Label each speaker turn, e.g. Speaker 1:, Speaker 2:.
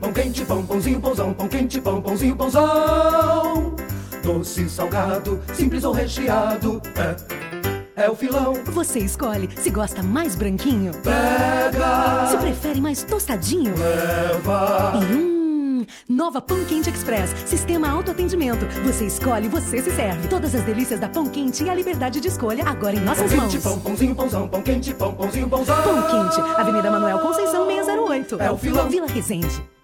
Speaker 1: pão quente, pão, pãozinho, pãozão, pão quente, pão, pãozinho, pãozão. Doce, salgado, simples ou recheado, é, é o filão.
Speaker 2: Você escolhe se gosta mais branquinho,
Speaker 1: Pega,
Speaker 2: se prefere mais tostadinho.
Speaker 1: leva,
Speaker 2: E hum, nova Pão Quente Express, sistema autoatendimento. Você escolhe, você se serve. Todas as delícias da Pão Quente e a liberdade de escolha agora em
Speaker 1: pão
Speaker 2: nossas mãos.
Speaker 1: quente, pão, pãozinho, pãozão, pão quente, pão, pãozinho, pãozão.
Speaker 2: Pão Quente, Avenida Manuel Conceição 608.
Speaker 1: É o filão.
Speaker 2: Vila Resende.